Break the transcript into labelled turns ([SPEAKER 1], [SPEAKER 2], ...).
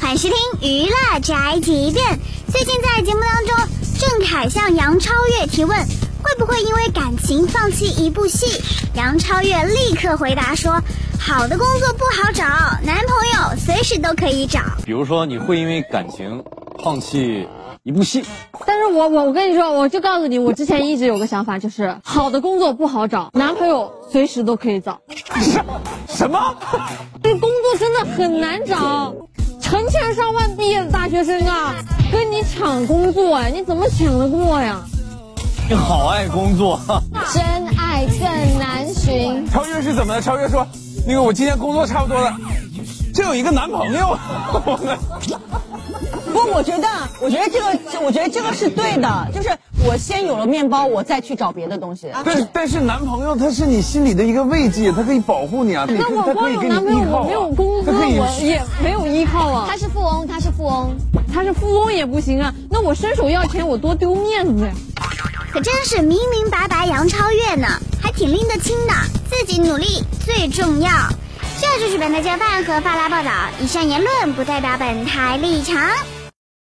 [SPEAKER 1] 欢迎收听娱乐宅急便。最近在节目当中，郑恺向杨超越提问，会不会因为感情放弃一部戏？杨超越立刻回答说：“好的工作不好找，男朋友随时都可以找。
[SPEAKER 2] 比如说，你会因为感情放弃一部戏，
[SPEAKER 3] 但是我我我跟你说，我就告诉你，我之前一直有个想法，就是好的工作不好找，男朋友随时都可以找。
[SPEAKER 2] 什什么？
[SPEAKER 3] 这工作真的很难找，成千上万毕业的大学生啊，跟你抢工作啊呀，你怎么抢得过呀？
[SPEAKER 2] 你好爱工作。
[SPEAKER 3] 真爱更难寻。
[SPEAKER 4] 超越是怎么了？超越说，那个我今天工作差不多了，这有一个男朋友，
[SPEAKER 5] 不，我觉得，我觉得这个，我觉得这个是对的，就是我先有了面包，我再去找别的东西。
[SPEAKER 4] 但是但是男朋友他是你心里的一个慰藉，他可以保护你啊，
[SPEAKER 3] 那我
[SPEAKER 4] 他可
[SPEAKER 3] 光
[SPEAKER 4] 以
[SPEAKER 3] 有
[SPEAKER 4] 给
[SPEAKER 3] 男朋
[SPEAKER 4] 你依
[SPEAKER 3] 友，
[SPEAKER 4] 靠、
[SPEAKER 3] 我
[SPEAKER 4] 啊，
[SPEAKER 3] 没有工作，
[SPEAKER 4] 他可以
[SPEAKER 3] 我也没有依靠啊。
[SPEAKER 6] 他是富翁，他是富翁。
[SPEAKER 3] 他是富翁也不行啊，那我伸手要钱，我多丢面子呀。”
[SPEAKER 1] 可真是明明白白杨超越呢，还挺拎得清的。自己努力最重要。这就是本台焦饭和发拉报道，以上言论不代表本台立场。